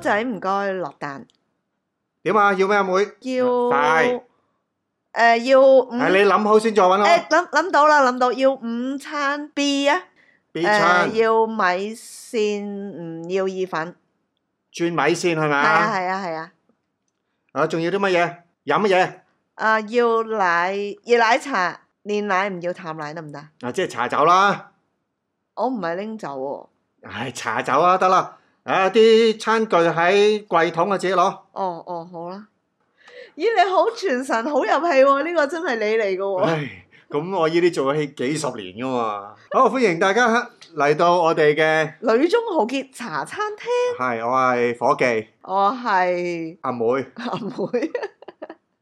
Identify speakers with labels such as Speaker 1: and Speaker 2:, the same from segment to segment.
Speaker 1: 仔唔該落蛋，
Speaker 2: 點啊？要咩啊，妹？
Speaker 1: 要
Speaker 2: 快
Speaker 1: 誒要五
Speaker 2: 係你諗好先再揾
Speaker 1: 誒
Speaker 2: 我。
Speaker 1: 諗諗到啦，諗到要午餐 B 啊，
Speaker 2: B
Speaker 1: 誒
Speaker 2: 餐
Speaker 1: 要米線，唔要意粉，
Speaker 2: 轉米線
Speaker 1: 係啊
Speaker 2: 係咪？
Speaker 1: 係啊係啊，
Speaker 2: 啊，仲要啲乜嘢？飲乜嘢？
Speaker 1: 啊要奶要奶茶，煉奶唔要淡奶得唔得？
Speaker 2: 啊，即係茶酒啦。
Speaker 1: 我唔係拎走喎，
Speaker 2: 唉，茶酒啊，得啦。啊，啲餐具喺櫃桶啊，自己攞。
Speaker 1: 哦哦好啦，咦你好全神好入戲喎，呢個真係你嚟㗎喎，
Speaker 2: 唉，咁我呢啲做咗戲幾十年噶嘛。好，歡迎大家嚟到我哋嘅，
Speaker 1: 女中豪傑茶餐廳，
Speaker 2: 係我係伙計
Speaker 1: 我係
Speaker 2: 阿妹。
Speaker 1: 阿妹。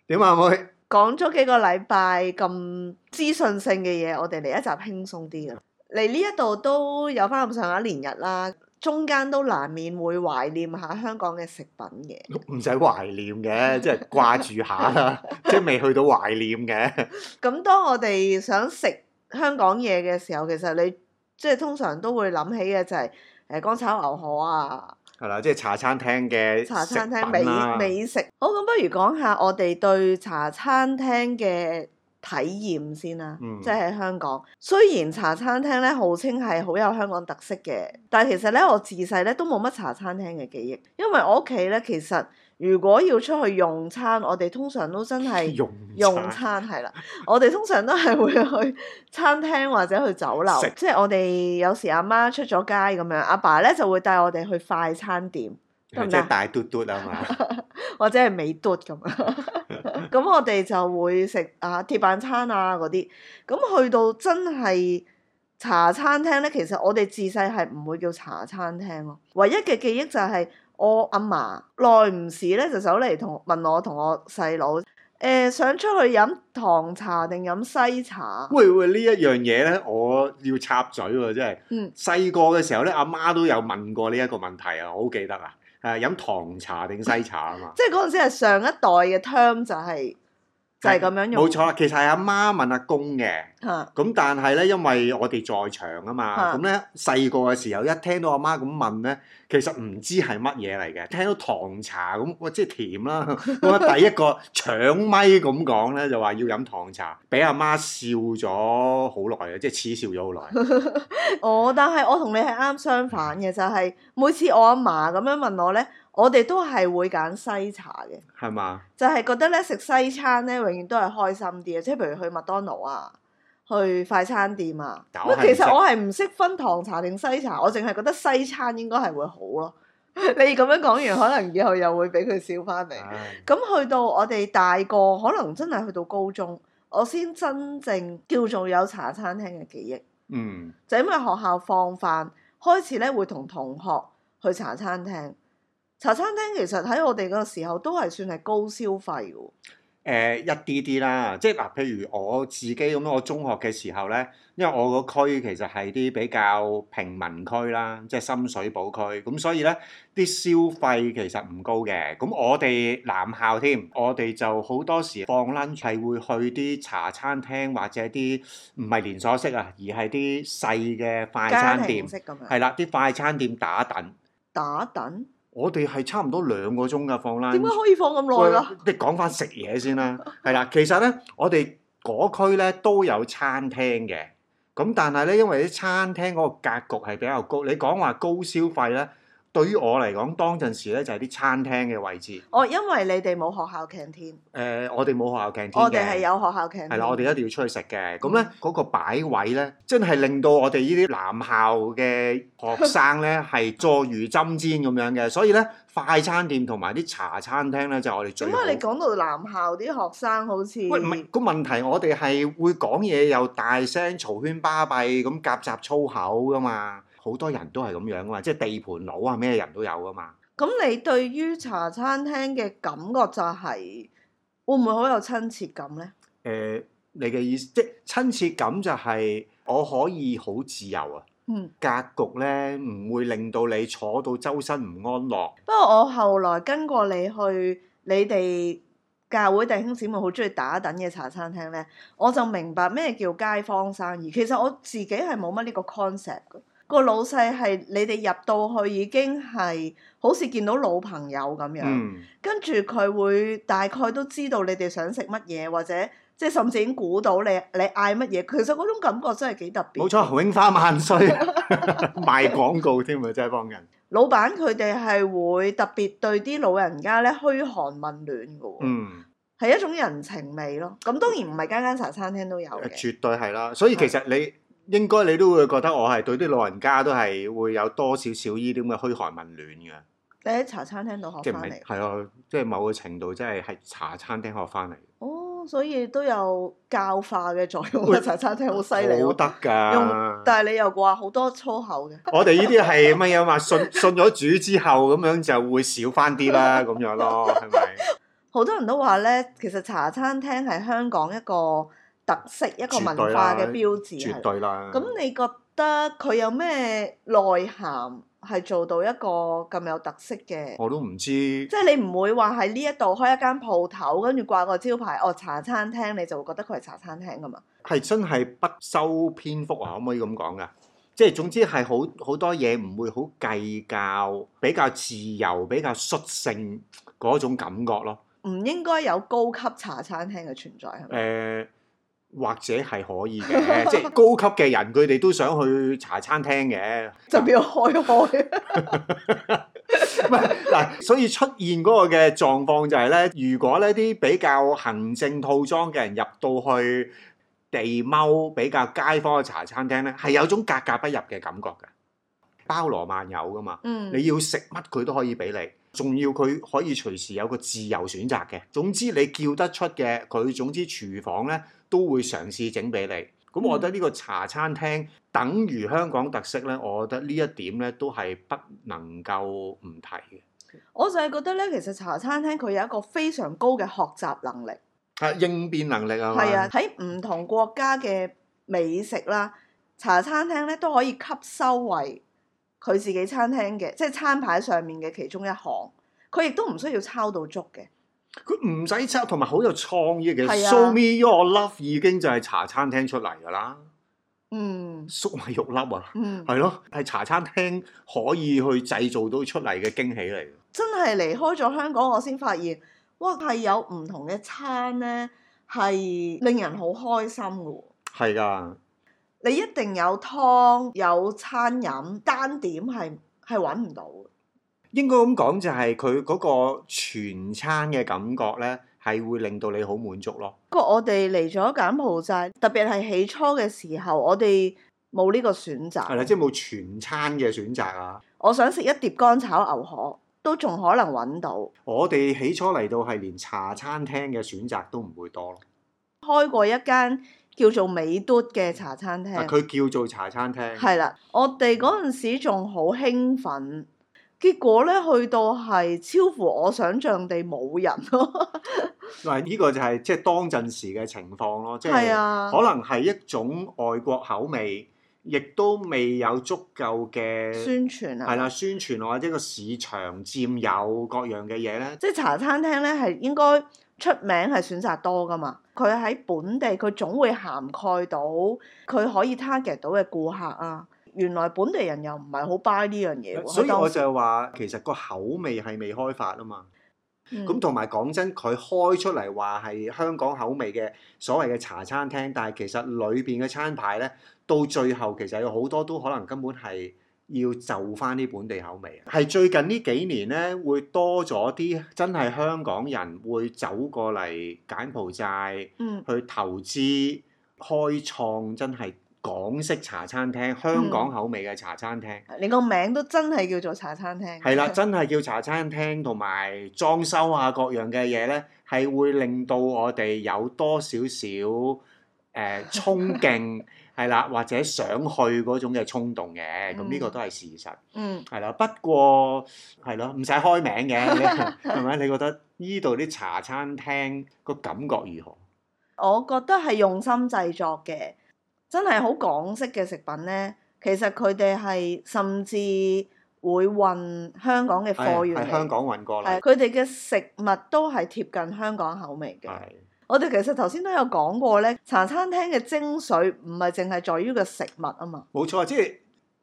Speaker 2: 點啊，妹？
Speaker 1: 講咗幾個禮拜咁資訊性嘅嘢，我哋嚟一集輕鬆啲嘅。嚟呢一度都有翻咁上下年日啦，中間都難免會懷念下香港嘅食品嘅。
Speaker 2: 唔使懷念嘅，即係掛住下啦，即係未去到懷念嘅。
Speaker 1: 咁當我哋想食香港嘢嘅時候，其實你即係通常都會諗起嘅就係、誒乾炒牛河啊，
Speaker 2: 係啦，即係茶餐廳嘅
Speaker 1: 茶餐
Speaker 2: 食
Speaker 1: 廳
Speaker 2: 品啊
Speaker 1: 美
Speaker 2: 啦
Speaker 1: 美食。好，咁不如講下我哋對茶餐廳嘅體驗先啦。
Speaker 2: 嗯
Speaker 1: 即係喺香港。雖然茶餐廳咧號稱係好有香港特色嘅，但係其實咧我自細咧都冇乜茶餐廳嘅記憶，因為我屋企咧其實如果要出去用餐，我哋通常都真係
Speaker 2: 用
Speaker 1: 用餐係啦，我哋通常都係會去餐廳或者去酒樓
Speaker 2: 食，
Speaker 1: 即係我哋有時阿媽出咗街咁樣，阿爸咧就會帶我哋去快餐店。得唔
Speaker 2: 即
Speaker 1: 得
Speaker 2: 係大嘟嘟啊嘛，
Speaker 1: 或者係美嘟咁。啊 咁我哋就會食啊鐵板餐啊嗰啲。咁去到真係茶餐廳咧，其實我哋自細係唔會叫茶餐廳咯。唯一嘅記憶就係我阿嫲耐唔時咧就走嚟同問我同我細佬。誒、想出去飲糖茶定飲西茶？
Speaker 2: 喂喂，呢一樣嘢咧，我要插嘴喎，真係。
Speaker 1: 嗯
Speaker 2: 細個嘅時候咧，阿媽都有問過呢一個問題啊，我好記得啊。誒，飲糖茶定西茶啊嘛？
Speaker 1: 即係嗰陣時係上一代嘅 term 就係、就係、咁樣用。
Speaker 2: 冇錯啦，其實係阿媽問阿公嘅。
Speaker 1: 嚇
Speaker 2: 咁但係咧，因為我哋在場啊嘛，
Speaker 1: 啊
Speaker 2: 咁咧細個嘅時候一聽到阿媽咁問咧，其實唔知係乜嘢嚟嘅，聽到糖茶咁，哇即係甜啦， 咁啊第一個搶咪咁講咧，就話要飲糖茶，俾阿媽笑咗好耐啊，即係恥笑咗好耐，
Speaker 1: 我哦但係我同你係啱相反嘅，就係、每次我阿嫲咁樣問我咧，我哋都係會揀西茶嘅，
Speaker 2: 係嘛？
Speaker 1: 就係、覺得咧食西餐咧永遠都係開心啲嘅，即係譬如去麥當勞啊，去快餐店啊。
Speaker 2: 但我係唔
Speaker 1: 喂其
Speaker 2: 識
Speaker 1: 實我係唔識分糖茶定西茶，我淨係覺得西餐應該係會好咯。 你咁樣講完，可能以後又會俾佢笑翻嚟。
Speaker 2: 唉
Speaker 1: 咁去到我哋大個，可能真係去到高中，我先真正叫做有茶餐廳嘅記憶。
Speaker 2: 嗯，
Speaker 1: 就因為學校放飯開始咧，會同同學去茶餐廳。茶餐廳其實喺我哋嗰個時候都係算係高消費嘅喎。
Speaker 2: 誒、呃一啲啲啦，即係嗱，譬如我自己咁樣，我中學嘅時候咧，因為我個區其實係啲比較平民區啦，即係深水埗區，咁所以咧啲消費其實唔高嘅。咁我哋男校添，我哋就好多時放 lunch 係會去啲茶餐廳或者啲唔係連鎖式啊，而係啲細嘅快
Speaker 1: 家
Speaker 2: 餐店
Speaker 1: 庭，式啊咁樣
Speaker 2: 係啦，啲快餐店打等。
Speaker 1: 打等，
Speaker 2: 我哋係差唔多兩個鐘噶放 lunch。
Speaker 1: 點解可以放咁耐㗎？
Speaker 2: 喂你講翻食嘢先啦， 係啦，其實咧，我哋嗰區咧都有餐廳嘅，咁但係咧，因為啲餐廳嗰個格局係比較高，你講話高消費咧，對於我嚟講，當陣時咧就係啲餐廳嘅位置，誒、
Speaker 1: 哦，因為你哋冇學校 canteen，
Speaker 2: 我哋冇學校 canteen
Speaker 1: 嗯
Speaker 2: 嘅
Speaker 1: 我哋係有嗯學校 canteen。
Speaker 2: 係啦，我哋一定要出去食嘅。咁咧嗰個擺位咧，真係令到我哋呢啲男校嘅學生咧係坐如針氈咁樣嘅。所以咧，快餐店同埋啲茶餐廳咧就係我哋最
Speaker 1: 點
Speaker 2: 好。
Speaker 1: 解你講到男校啲學生好似
Speaker 2: 喂，唔係個問題，我哋係會講嘢又大聲、嘈喧巴閉咁夾雜粗口噶嘛。好多人都係咁樣噶嘛，即係地盤佬啊，咩人都有噶嘛。
Speaker 1: 咁？你對於茶餐廳嘅感覺就係、會唔會好有親切感呢？
Speaker 2: 誒、你嘅意思即係親切感就係我可以好自由啊。
Speaker 1: 嗯。
Speaker 2: 格局咧唔會令到你坐到周身唔安樂。
Speaker 1: 不過我後來跟過你去你哋教會弟兄姊妹好中意打等嘅茶餐廳咧，我就明白咩叫街坊生意。其實我自己係冇乜呢個 concept 嘅。個個老細係你哋入到去已經係好似見到老朋友咁樣。
Speaker 2: 嗯，
Speaker 1: 跟住佢會大概都知道你哋想食乜嘢，或者即係甚至已經估到你你嗌乜嘢。其實嗰種感覺真係幾特別。
Speaker 2: 冇錯，永花萬歲，賣廣告添啊，真係幫人。
Speaker 1: 老闆佢哋係會特別對啲老人家咧噓寒問暖嘅喎，
Speaker 2: 嗯。
Speaker 1: 係、一種人情味咯。咁當然唔係間間茶餐廳都有
Speaker 2: 誒
Speaker 1: 嘅，
Speaker 2: 呃絕對係啦，所以其實你應該你都會覺得我係對啲老人家都係會有多少少呢啲咁嘅噓寒問暖嘅，
Speaker 1: 你喺茶餐廳度
Speaker 2: 即
Speaker 1: 學
Speaker 2: 係唔
Speaker 1: 翻嚟
Speaker 2: 係。係啊，即係某個程度真係係茶餐廳學翻嚟，
Speaker 1: 哦，所以都有教化嘅作用
Speaker 2: 喂
Speaker 1: 啊！茶餐廳好犀利
Speaker 2: 好
Speaker 1: 喎，
Speaker 2: 得㗎。
Speaker 1: 但係你又話好多粗口嘅，
Speaker 2: 我哋呢啲係乜嘢啊嘛？信 信咗主之後咁樣就會少翻啲啦，咁樣咯，係咪？
Speaker 1: 好多人都話咧，其實茶餐廳係香港一個特色、一個文
Speaker 2: 絕對啦
Speaker 1: 化嘅標誌係
Speaker 2: 絕對啦。
Speaker 1: 咁你覺得佢有咩內涵係做到一個咁有特色嘅？
Speaker 2: 我都唔知
Speaker 1: 即係你唔會話喺呢一度開一間鋪頭，跟住掛個招牌，哦茶餐廳，你就會覺得佢係茶餐廳噶嘛？
Speaker 2: 係真係不修篇幅啊，可唔可以咁講㗎？即係總之係好好多嘢唔會好計較，比較自由，比較率性嗰種感覺咯。
Speaker 1: 唔應該有高級茶餐廳嘅存在係
Speaker 2: 誒、
Speaker 1: 咪？
Speaker 2: 或者係可以嘅，即係高級嘅人佢哋都想去茶餐廳嘅。
Speaker 1: 就變咗開開，
Speaker 2: 唔係嗱，所以出現嗰個嘅狀況就係、咧，如果呢啲比較行政套裝嘅人入到去地踎比較街坊嘅茶餐廳咧，係有種格格不入嘅感覺嘅，包羅萬有噶嘛。
Speaker 1: 嗯，
Speaker 2: 你要食乜佢都可以俾你，仲要佢可以隨時有個自由選擇嘅。總之你叫得出嘅，佢總之廚房咧都會嘗試整俾你。
Speaker 1: 嗯
Speaker 2: 咁我覺得呢個茶餐廳等於香港特色咧，我覺得呢一點咧都係不能夠唔提嘅。
Speaker 1: 我就係覺得咧，其實茶餐廳佢有一個非常高嘅學習能力。
Speaker 2: 啊，應變能力啊嘛，
Speaker 1: 係啊，喺唔同國家嘅美食啦，茶餐廳咧都可以吸收為佢自己餐廳嘅，即係餐牌上面嘅其中一項。佢亦都唔需要抄到足嘅，
Speaker 2: 佢唔使執，同埋好有創意嘅。
Speaker 1: 係啊
Speaker 2: Show me your love 已經就係茶餐廳出嚟㗎啦，
Speaker 1: 嗯
Speaker 2: 粟米肉粒啊，
Speaker 1: 嗯，
Speaker 2: 係咯，係茶餐廳可以去製造到出嚟嘅驚喜嚟嘅。
Speaker 1: 真係離開咗香港，我先發現，哇係有唔同嘅餐咧，係令人好開心嘅喎。
Speaker 2: 係㗎，
Speaker 1: 你一定有湯有餐飲，單點係係揾唔到嘅。
Speaker 2: 應該咁講就係佢嗰個全餐嘅感覺咧，係會令到你好滿足咯。
Speaker 1: 不過我哋嚟咗柬埔寨，特別係起初嘅時候，我哋冇呢個選
Speaker 2: 係
Speaker 1: 擇。
Speaker 2: 啦，即係冇全餐嘅選擇啊！
Speaker 1: 我想食一碟乾炒牛河，都仲可能揾到。
Speaker 2: 我哋起初嚟到係連茶餐廳嘅選擇都唔會多咯。
Speaker 1: 開過一間叫做美嘟嘅茶餐
Speaker 2: 啊
Speaker 1: 廳，
Speaker 2: 佢叫做茶餐廳，
Speaker 1: 係啦，我哋嗰陣時仲好興奮。結果咧，去到係超乎我想像地冇人咯，
Speaker 2: 嗱呢個就係即係當陣時嘅情況咯，即
Speaker 1: 係
Speaker 2: 係
Speaker 1: 啊，
Speaker 2: 可能係一種外國口味，亦都未有足夠嘅
Speaker 1: 宣傳
Speaker 2: 嗯係
Speaker 1: 啊，
Speaker 2: 啦宣傳或者個市場佔有各樣嘅嘢咧。
Speaker 1: 即係茶餐廳咧係應該出名係選擇多噶嘛，佢喺本地佢總會涵蓋到佢可以 target 到嘅顧客啊。原來本地人又唔係好 buy 呢樣嘢喎，
Speaker 2: 所以我
Speaker 1: 佢
Speaker 2: 就係話其實個口味係未開發啊嘛。
Speaker 1: 當時
Speaker 2: 咁同埋講真，佢開出嚟話係香港口味嘅所謂嘅茶餐廳，但係其實裏邊嘅餐牌咧，到最後其實有好多都可能根本係要就翻啲本地口味。啊係最近呢幾年咧，會多咗啲真係香港人會走過嚟柬埔寨
Speaker 1: 嗯
Speaker 2: 去投資開創真係港式茶餐廳、香港口味嘅茶餐廳。
Speaker 1: 你嗯個名都真係叫做茶餐廳。
Speaker 2: 係啦，真係叫茶餐廳同埋裝修啊，各樣嘅嘢咧，係會令到我哋有多少少誒衝 勁，係啦，或者想去嗰種嘅衝動嘅，咁呢個
Speaker 1: 嗯
Speaker 2: 都係事實，
Speaker 1: 嗯，
Speaker 2: 係啦。不過係咯，唔使開名嘅，你係咪？你覺得呢度啲茶餐廳個感覺如何？
Speaker 1: 我覺得係用心製作嘅，真係好港式嘅食品咧。其實佢哋係甚至會運香港嘅貨
Speaker 2: 係啊
Speaker 1: 源
Speaker 2: 喺
Speaker 1: 嚟
Speaker 2: 香港運過
Speaker 1: 係
Speaker 2: 嚟，
Speaker 1: 佢哋嘅食物都係貼近香港口味嘅。
Speaker 2: 係
Speaker 1: 我哋其實頭先都有講過咧，茶餐廳嘅精髓唔係淨係在於個食物啊嘛，
Speaker 2: 冇錯，即係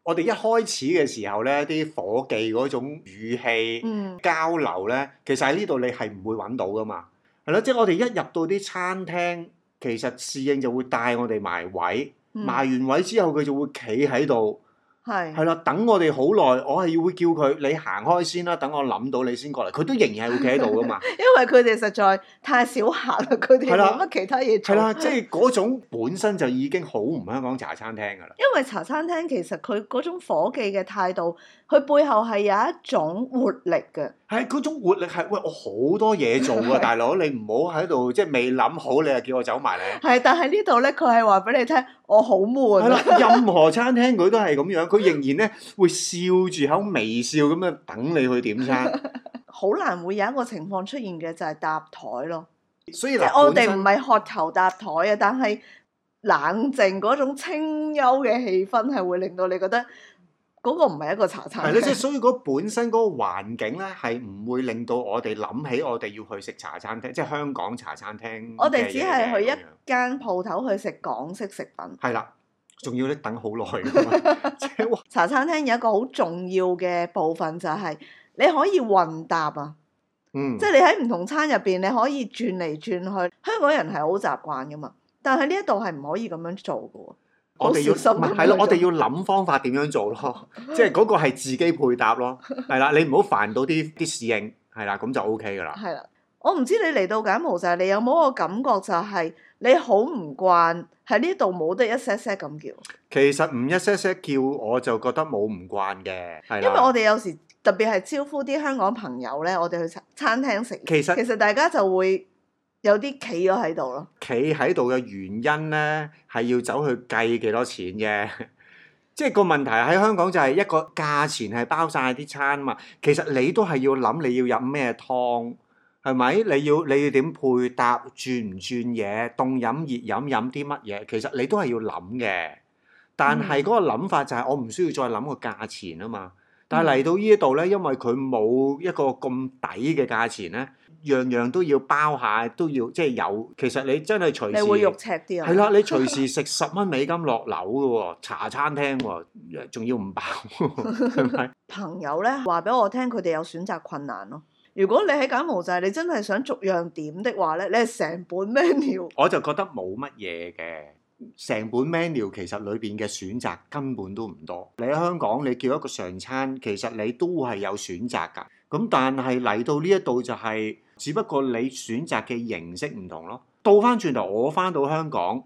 Speaker 2: 我哋一開始嘅時候咧，啲伙計嗰種語氣、
Speaker 1: 嗯
Speaker 2: 交流咧，其實喺呢度你係唔會揾到噶嘛。係咯，即係我哋一入到啲餐廳，其實侍應就會帶我哋埋位，
Speaker 1: 嗯，
Speaker 2: 埋完位之後佢就會企喺度，係
Speaker 1: 係
Speaker 2: 啦，等我哋好耐。我係會叫佢你行開先啦，等我諗到你先過嚟。佢都仍然係會企喺度噶嘛。
Speaker 1: 因為佢哋實在太少客啦，佢哋
Speaker 2: 係啦
Speaker 1: 冇乜其他嘢
Speaker 2: 係
Speaker 1: 做。
Speaker 2: 啦，即係嗰種本身就已經好唔香港茶餐廳㗎啦。
Speaker 1: 因為茶餐廳其實佢嗰種伙計嘅態度，佢背後係有一種活力嘅。
Speaker 2: 係嗰種活力係喂，我好多嘢做 啊，大佬，你唔好喺度即係未諗好，你就叫我走埋嚟。
Speaker 1: 係，但係呢度咧，佢係話俾你聽，我好悶
Speaker 2: 係啦
Speaker 1: 啊。，
Speaker 2: 任何餐廳佢都係咁樣，佢仍然咧會笑住口微笑咁樣等你去點 餐。
Speaker 1: 好難會有一個情況出現嘅就係搭台咯。
Speaker 2: 所以
Speaker 1: 即
Speaker 2: 嗱，
Speaker 1: 係我
Speaker 2: 本
Speaker 1: 哋
Speaker 2: 身
Speaker 1: 唔係渴求搭台啊，但係冷靜嗰種清幽嘅氣氛係會令到你覺得嗰個唔係一個茶餐
Speaker 2: 係咧，即係
Speaker 1: 廳。
Speaker 2: 所以嗰本身嗰個環境咧係唔會令到我哋諗起我哋要去食茶餐廳，即係香港茶餐廳嘅嘢嘅。
Speaker 1: 我哋只係去
Speaker 2: 咁
Speaker 1: 一
Speaker 2: 樣
Speaker 1: 間鋪頭去食港式食品。
Speaker 2: 係啦，仲要咧等好耐㗎 嘛即係哇
Speaker 1: 茶餐廳有一個好重要嘅部分就係你可以混搭啊，
Speaker 2: 嗯
Speaker 1: 即，係你喺唔同餐入邊你可以轉嚟轉去。香港人係好習慣噶嘛，但係呢一度係唔可以咁樣做嘅喎。
Speaker 2: 我哋要
Speaker 1: 好小心咁
Speaker 2: 唔係係咯，
Speaker 1: 樣
Speaker 2: 我哋
Speaker 1: 做
Speaker 2: 要諗方法點樣做咯，即係嗰個係自己配搭咯，係啦，你唔好煩到啲啲侍應，係啦，咁就 O K 噶啦。
Speaker 1: 係啦，我唔知你嚟到柬埔寨，你有冇個感覺就係你好唔慣喺呢度冇得一 set set 咁叫，
Speaker 2: 其實唔一些些叫我就覺得冇唔慣嘅，
Speaker 1: 因
Speaker 2: 係
Speaker 1: 為我
Speaker 2: 啦。
Speaker 1: 哋有時特別係招呼啲香港朋友咧，我哋去餐餐廳食，
Speaker 2: 其實
Speaker 1: 其實大家就會有啲企咗喺度咯。
Speaker 2: 企喺度嘅原因咧，係要走去計幾多錢嘅。 即係個問題喺香港就係一個價錢係包晒啲餐嘛，其實你都係要諗你要飲咩湯，係咪？你要你要點配搭，轉唔轉嘢，凍飲熱飲飲啲乜嘢，其實你都係要諗嘅。但係嗰個諗法就係我唔需要再諗個價錢啊嘛。但係嚟到呢一度咧，因為佢冇一個咁抵嘅價錢咧，樣樣都要包下，都要即係有。其實你真係隨時
Speaker 1: 你會肉赤啲啊？
Speaker 2: 係啦，你隨時食十蚊美金落樓嘅喎，茶餐廳喎，仲要唔飽喎，係咪？
Speaker 1: 朋友咧話俾我聽，佢哋有選擇困難咯。如果你喺柬埔寨，你真係想逐樣點的話咧，你係成本 menu
Speaker 2: 我就覺得冇乜嘢嘅，成本 menu 其實裏邊嘅選擇根本都唔多。你喺香港你叫一個常餐，其實你都係有選擇㗎。咁但係嚟到呢一度就係、只不過你選擇嘅形式唔同咯。倒翻轉頭，我翻到香港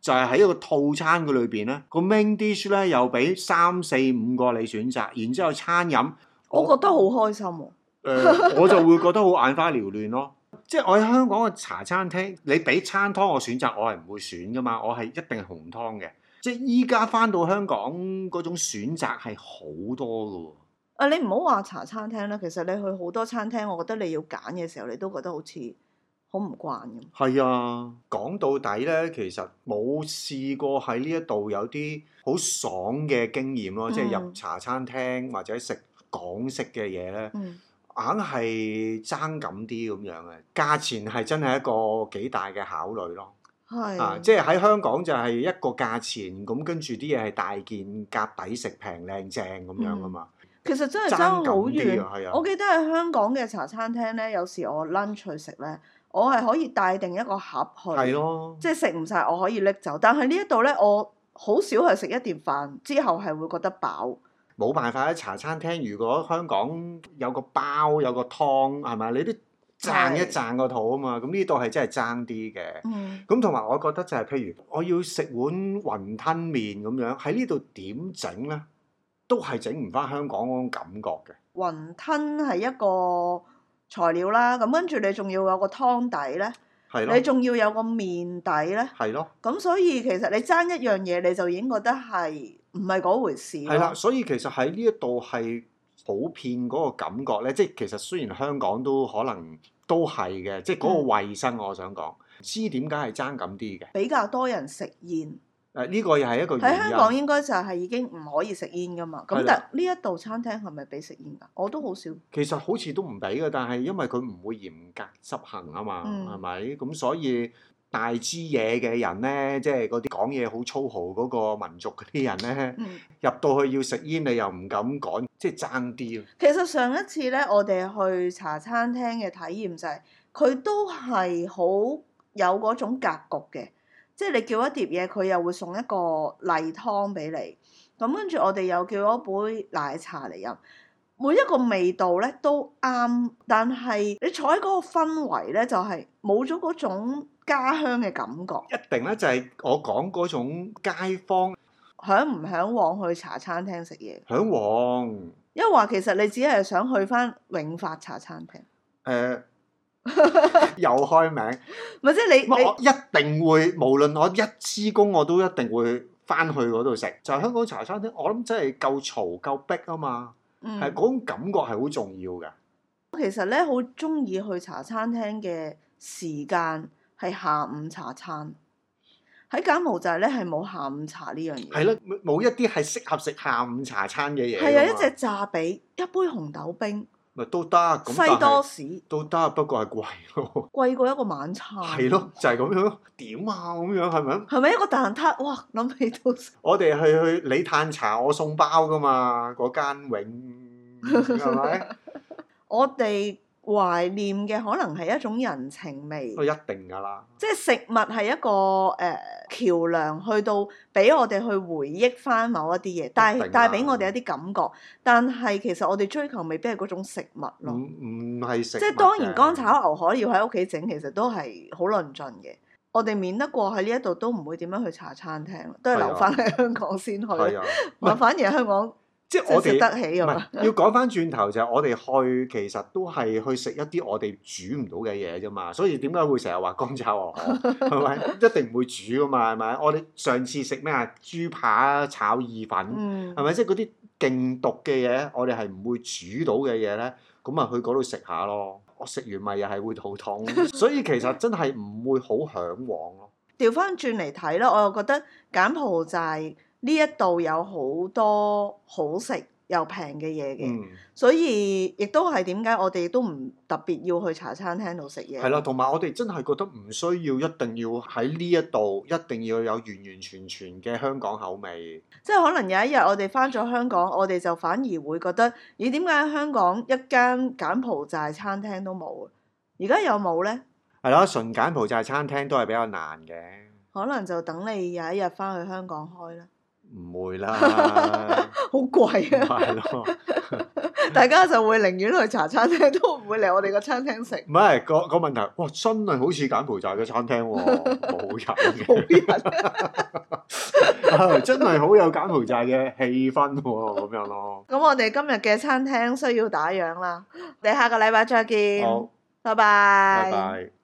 Speaker 2: 就係、喺一個套餐嘅裏邊咧，個 main dish 咧又俾三四五個你選擇，然之後餐飲，
Speaker 1: 我覺得好開心喎、
Speaker 2: 誒、我就會覺得好眼花撩亂咯。 即係我喺香港嘅茶餐廳，你俾餐湯我選擇，我係唔會選噶嘛，我係一定係紅湯嘅。即係依家翻到香港嗰種選擇係好多噶喎。
Speaker 1: 啊，你唔好話茶餐廳啦，其實你去好多餐廳，我覺得你要揀嘅時候，你都覺得好似好唔慣咁。
Speaker 2: 係啊，講到底咧，其實冇試過喺呢一度有啲好爽嘅經驗咯，即係入
Speaker 1: 嗯
Speaker 2: 茶餐廳或者食港式嘅嘢咧。
Speaker 1: 嗯，
Speaker 2: 硬係爭咁啲咁樣嘅，價錢係真係一個幾大嘅考慮咯。
Speaker 1: 係。
Speaker 2: 啊，即係喺香港就係一個價錢，咁跟住啲嘢係大件夾抵食，平靚正咁樣噶啊
Speaker 1: 嗯
Speaker 2: 嘛。
Speaker 1: 其實真係
Speaker 2: 爭
Speaker 1: 爭好
Speaker 2: 咁啲啊係
Speaker 1: 遠。
Speaker 2: 啊
Speaker 1: 我記得喺香港嘅茶餐廳咧，有時我 lunch 去食咧，我係可以帶定一個盒去，
Speaker 2: 係咯，
Speaker 1: 哦即係食唔晒我可以拎走。但係呢一度咧，我好少係食一碟飯之後係會覺得飽。
Speaker 2: 冇辦法喺啊茶餐廳。如果香港有個包有個湯，係咪？你都賺一
Speaker 1: 係
Speaker 2: 賺個肚啊嘛。咁呢度係真係爭啲嘅。
Speaker 1: 嗯，
Speaker 2: 咁同埋我覺得就係、譬如我要食碗雲吞麵咁樣，喺呢度點整咧，都係整唔翻香港嗰種感覺嘅。
Speaker 1: 雲吞係一個材料啦，咁跟住你仲要有個湯底咧，
Speaker 2: 係
Speaker 1: 你
Speaker 2: 咯，
Speaker 1: 仲要有個麵底咧。
Speaker 2: 係咯。
Speaker 1: 咁所以其實你爭一樣嘢，你就已經覺得係唔係嗰回事
Speaker 2: 係啦，
Speaker 1: 咯。
Speaker 2: 所以其實喺呢一度係普遍嗰個感覺咧，即係其實雖然香港都可能都係嘅，即係
Speaker 1: 嗯
Speaker 2: 嗰個衞生，我想講，知點解係爭咁啲嘅？誒、
Speaker 1: 比較多人食煙，
Speaker 2: 呢個又係一個原
Speaker 1: 喺
Speaker 2: 因。
Speaker 1: 香港應該就係已經唔可以食煙噶嘛。咁
Speaker 2: 係啦
Speaker 1: 但呢一度餐廳係咪俾食煙㗎？我都好少。
Speaker 2: 其實好似都唔俾嘅，但係因為佢唔會嚴格執行啊嘛，
Speaker 1: 嗯
Speaker 2: 係咪、咁所以大支嘢嘅人咧，即係嗰啲講嘢好粗豪嗰個民族嗰啲人咧，
Speaker 1: 嗯
Speaker 2: 入到去要食煙，你又唔敢講，即係爭啲啊！
Speaker 1: 其實上一次咧，我哋去茶餐廳嘅體驗就係、佢都係好有嗰種格局嘅，即係你叫一碟嘢，佢又會送一個例湯俾你。咁跟住我哋又叫咗杯奶茶嚟飲，每一個味道咧都啱，但係你坐喺嗰個氛圍咧，就係冇咗嗰種家鄉嘅感覺，
Speaker 2: 一定咧就係我講嗰種街坊
Speaker 1: 響唔響往去茶餐廳食嘢？
Speaker 2: 響旺誒、
Speaker 1: 因為話其實你只係想去翻永發茶餐廳，
Speaker 2: 又開名。
Speaker 1: 咪即係你
Speaker 2: 咁
Speaker 1: 你
Speaker 2: 我一定會，無論我一支公我都一定會翻去嗰度食。就係香港茶餐廳，我諗真係夠嘈夠逼啊嘛，
Speaker 1: 嗯
Speaker 2: 係嗰種感覺係好重要嘅。
Speaker 1: 其實咧，好中意去茶餐廳嘅時間係下午茶餐。喺柬埔寨咧係冇下午茶呢樣嘢。
Speaker 2: 係咯，啊冇冇一啲係適合食下午茶餐嘅嘢㗎嘛。
Speaker 1: 係啊，一隻炸髀，一杯紅豆冰，
Speaker 2: 咪都得咁，但
Speaker 1: 西多
Speaker 2: 係
Speaker 1: 士
Speaker 2: 都得，不過係貴咯。
Speaker 1: 貴過一個晚餐。
Speaker 2: 係咯，就係咁樣點啊咁樣係咪？
Speaker 1: 係咪一個蛋撻？哇！諗起都
Speaker 2: 我哋 係去你嘆茶，我送包噶嘛，嗰 間永係咪？
Speaker 1: 我哋懷念嘅可能係一種人情味。
Speaker 2: 我一定㗎啦。
Speaker 1: 即係食物係一個誒、呃、橋梁，去到俾我哋去回憶翻某一啲嘢，帶
Speaker 2: 一定啊
Speaker 1: 帶俾我哋一啲感覺。但係其實我哋追求未必係嗰種食物
Speaker 2: 唔
Speaker 1: 咯。
Speaker 2: 唔係嗯食物
Speaker 1: 即
Speaker 2: 嘅。
Speaker 1: 係當然乾炒牛河要喺屋企整，其實都係好論盡嘅。我哋免得過喺呢一度都唔會點樣去茶餐廳啦，都係
Speaker 2: 係啊
Speaker 1: 留翻喺香港先去
Speaker 2: 係
Speaker 1: 啦。
Speaker 2: 啊，唔
Speaker 1: 我
Speaker 2: 係
Speaker 1: 反而喺香港
Speaker 2: 即
Speaker 1: 即
Speaker 2: 係
Speaker 1: 係
Speaker 2: 我
Speaker 1: 食
Speaker 2: 哋。
Speaker 1: 得起啊
Speaker 2: 唔係
Speaker 1: 嘛。，
Speaker 2: 要講翻轉頭就係我哋去其實都係去食一啲我哋煮唔到嘅嘢啫嘛，所以點解會成日話乾炒牛河係咪？一定唔會煮噶嘛，係咪？我哋上次食咩啊？豬扒炒意粉
Speaker 1: 嗯
Speaker 2: 係，咪？即係嗰啲勁毒嘅嘢，我哋係唔會煮到嘅嘢咧，咁啊去嗰度食下咯。我食完咪又係會肚痛，所以其實真係唔會好向往咯。
Speaker 1: 調翻轉嚟睇啦，我又覺得柬埔寨呢一度有好多好食又平嘅嘢嘅，
Speaker 2: 嗯，
Speaker 1: 所以亦都係點解我哋都唔特別要去茶餐廳度食嘢。
Speaker 2: 係啦，同埋我哋真係覺得唔需要一定要喺呢一度，一定要有完完全全嘅香港口味。
Speaker 1: 即係可能有一日我哋翻咗香港，我哋就反而會覺得，咦點解香港一間柬埔寨餐廳都冇？啊而家有冇呢？
Speaker 2: 係啦，純柬埔寨餐廳都係比較難嘅，
Speaker 1: 可能就等你有一日翻去香港開啦，
Speaker 2: 唔會啦，
Speaker 1: 好貴啊！
Speaker 2: 係咯，
Speaker 1: 大家就會寧願去茶餐廳，都唔會嚟我哋個餐 廳食。
Speaker 2: 唔係個個問題，哇，真係好似柬埔寨嘅餐廳喎，冇
Speaker 1: 冇
Speaker 2: 人
Speaker 1: 人啊
Speaker 2: 嘅，真係好有柬埔寨嘅氣氛喎，咁樣咯，
Speaker 1: 咁我哋今日嘅餐廳需要打烊啦，你下個禮拜再見，
Speaker 2: 好，
Speaker 1: 拜拜
Speaker 2: 拜拜。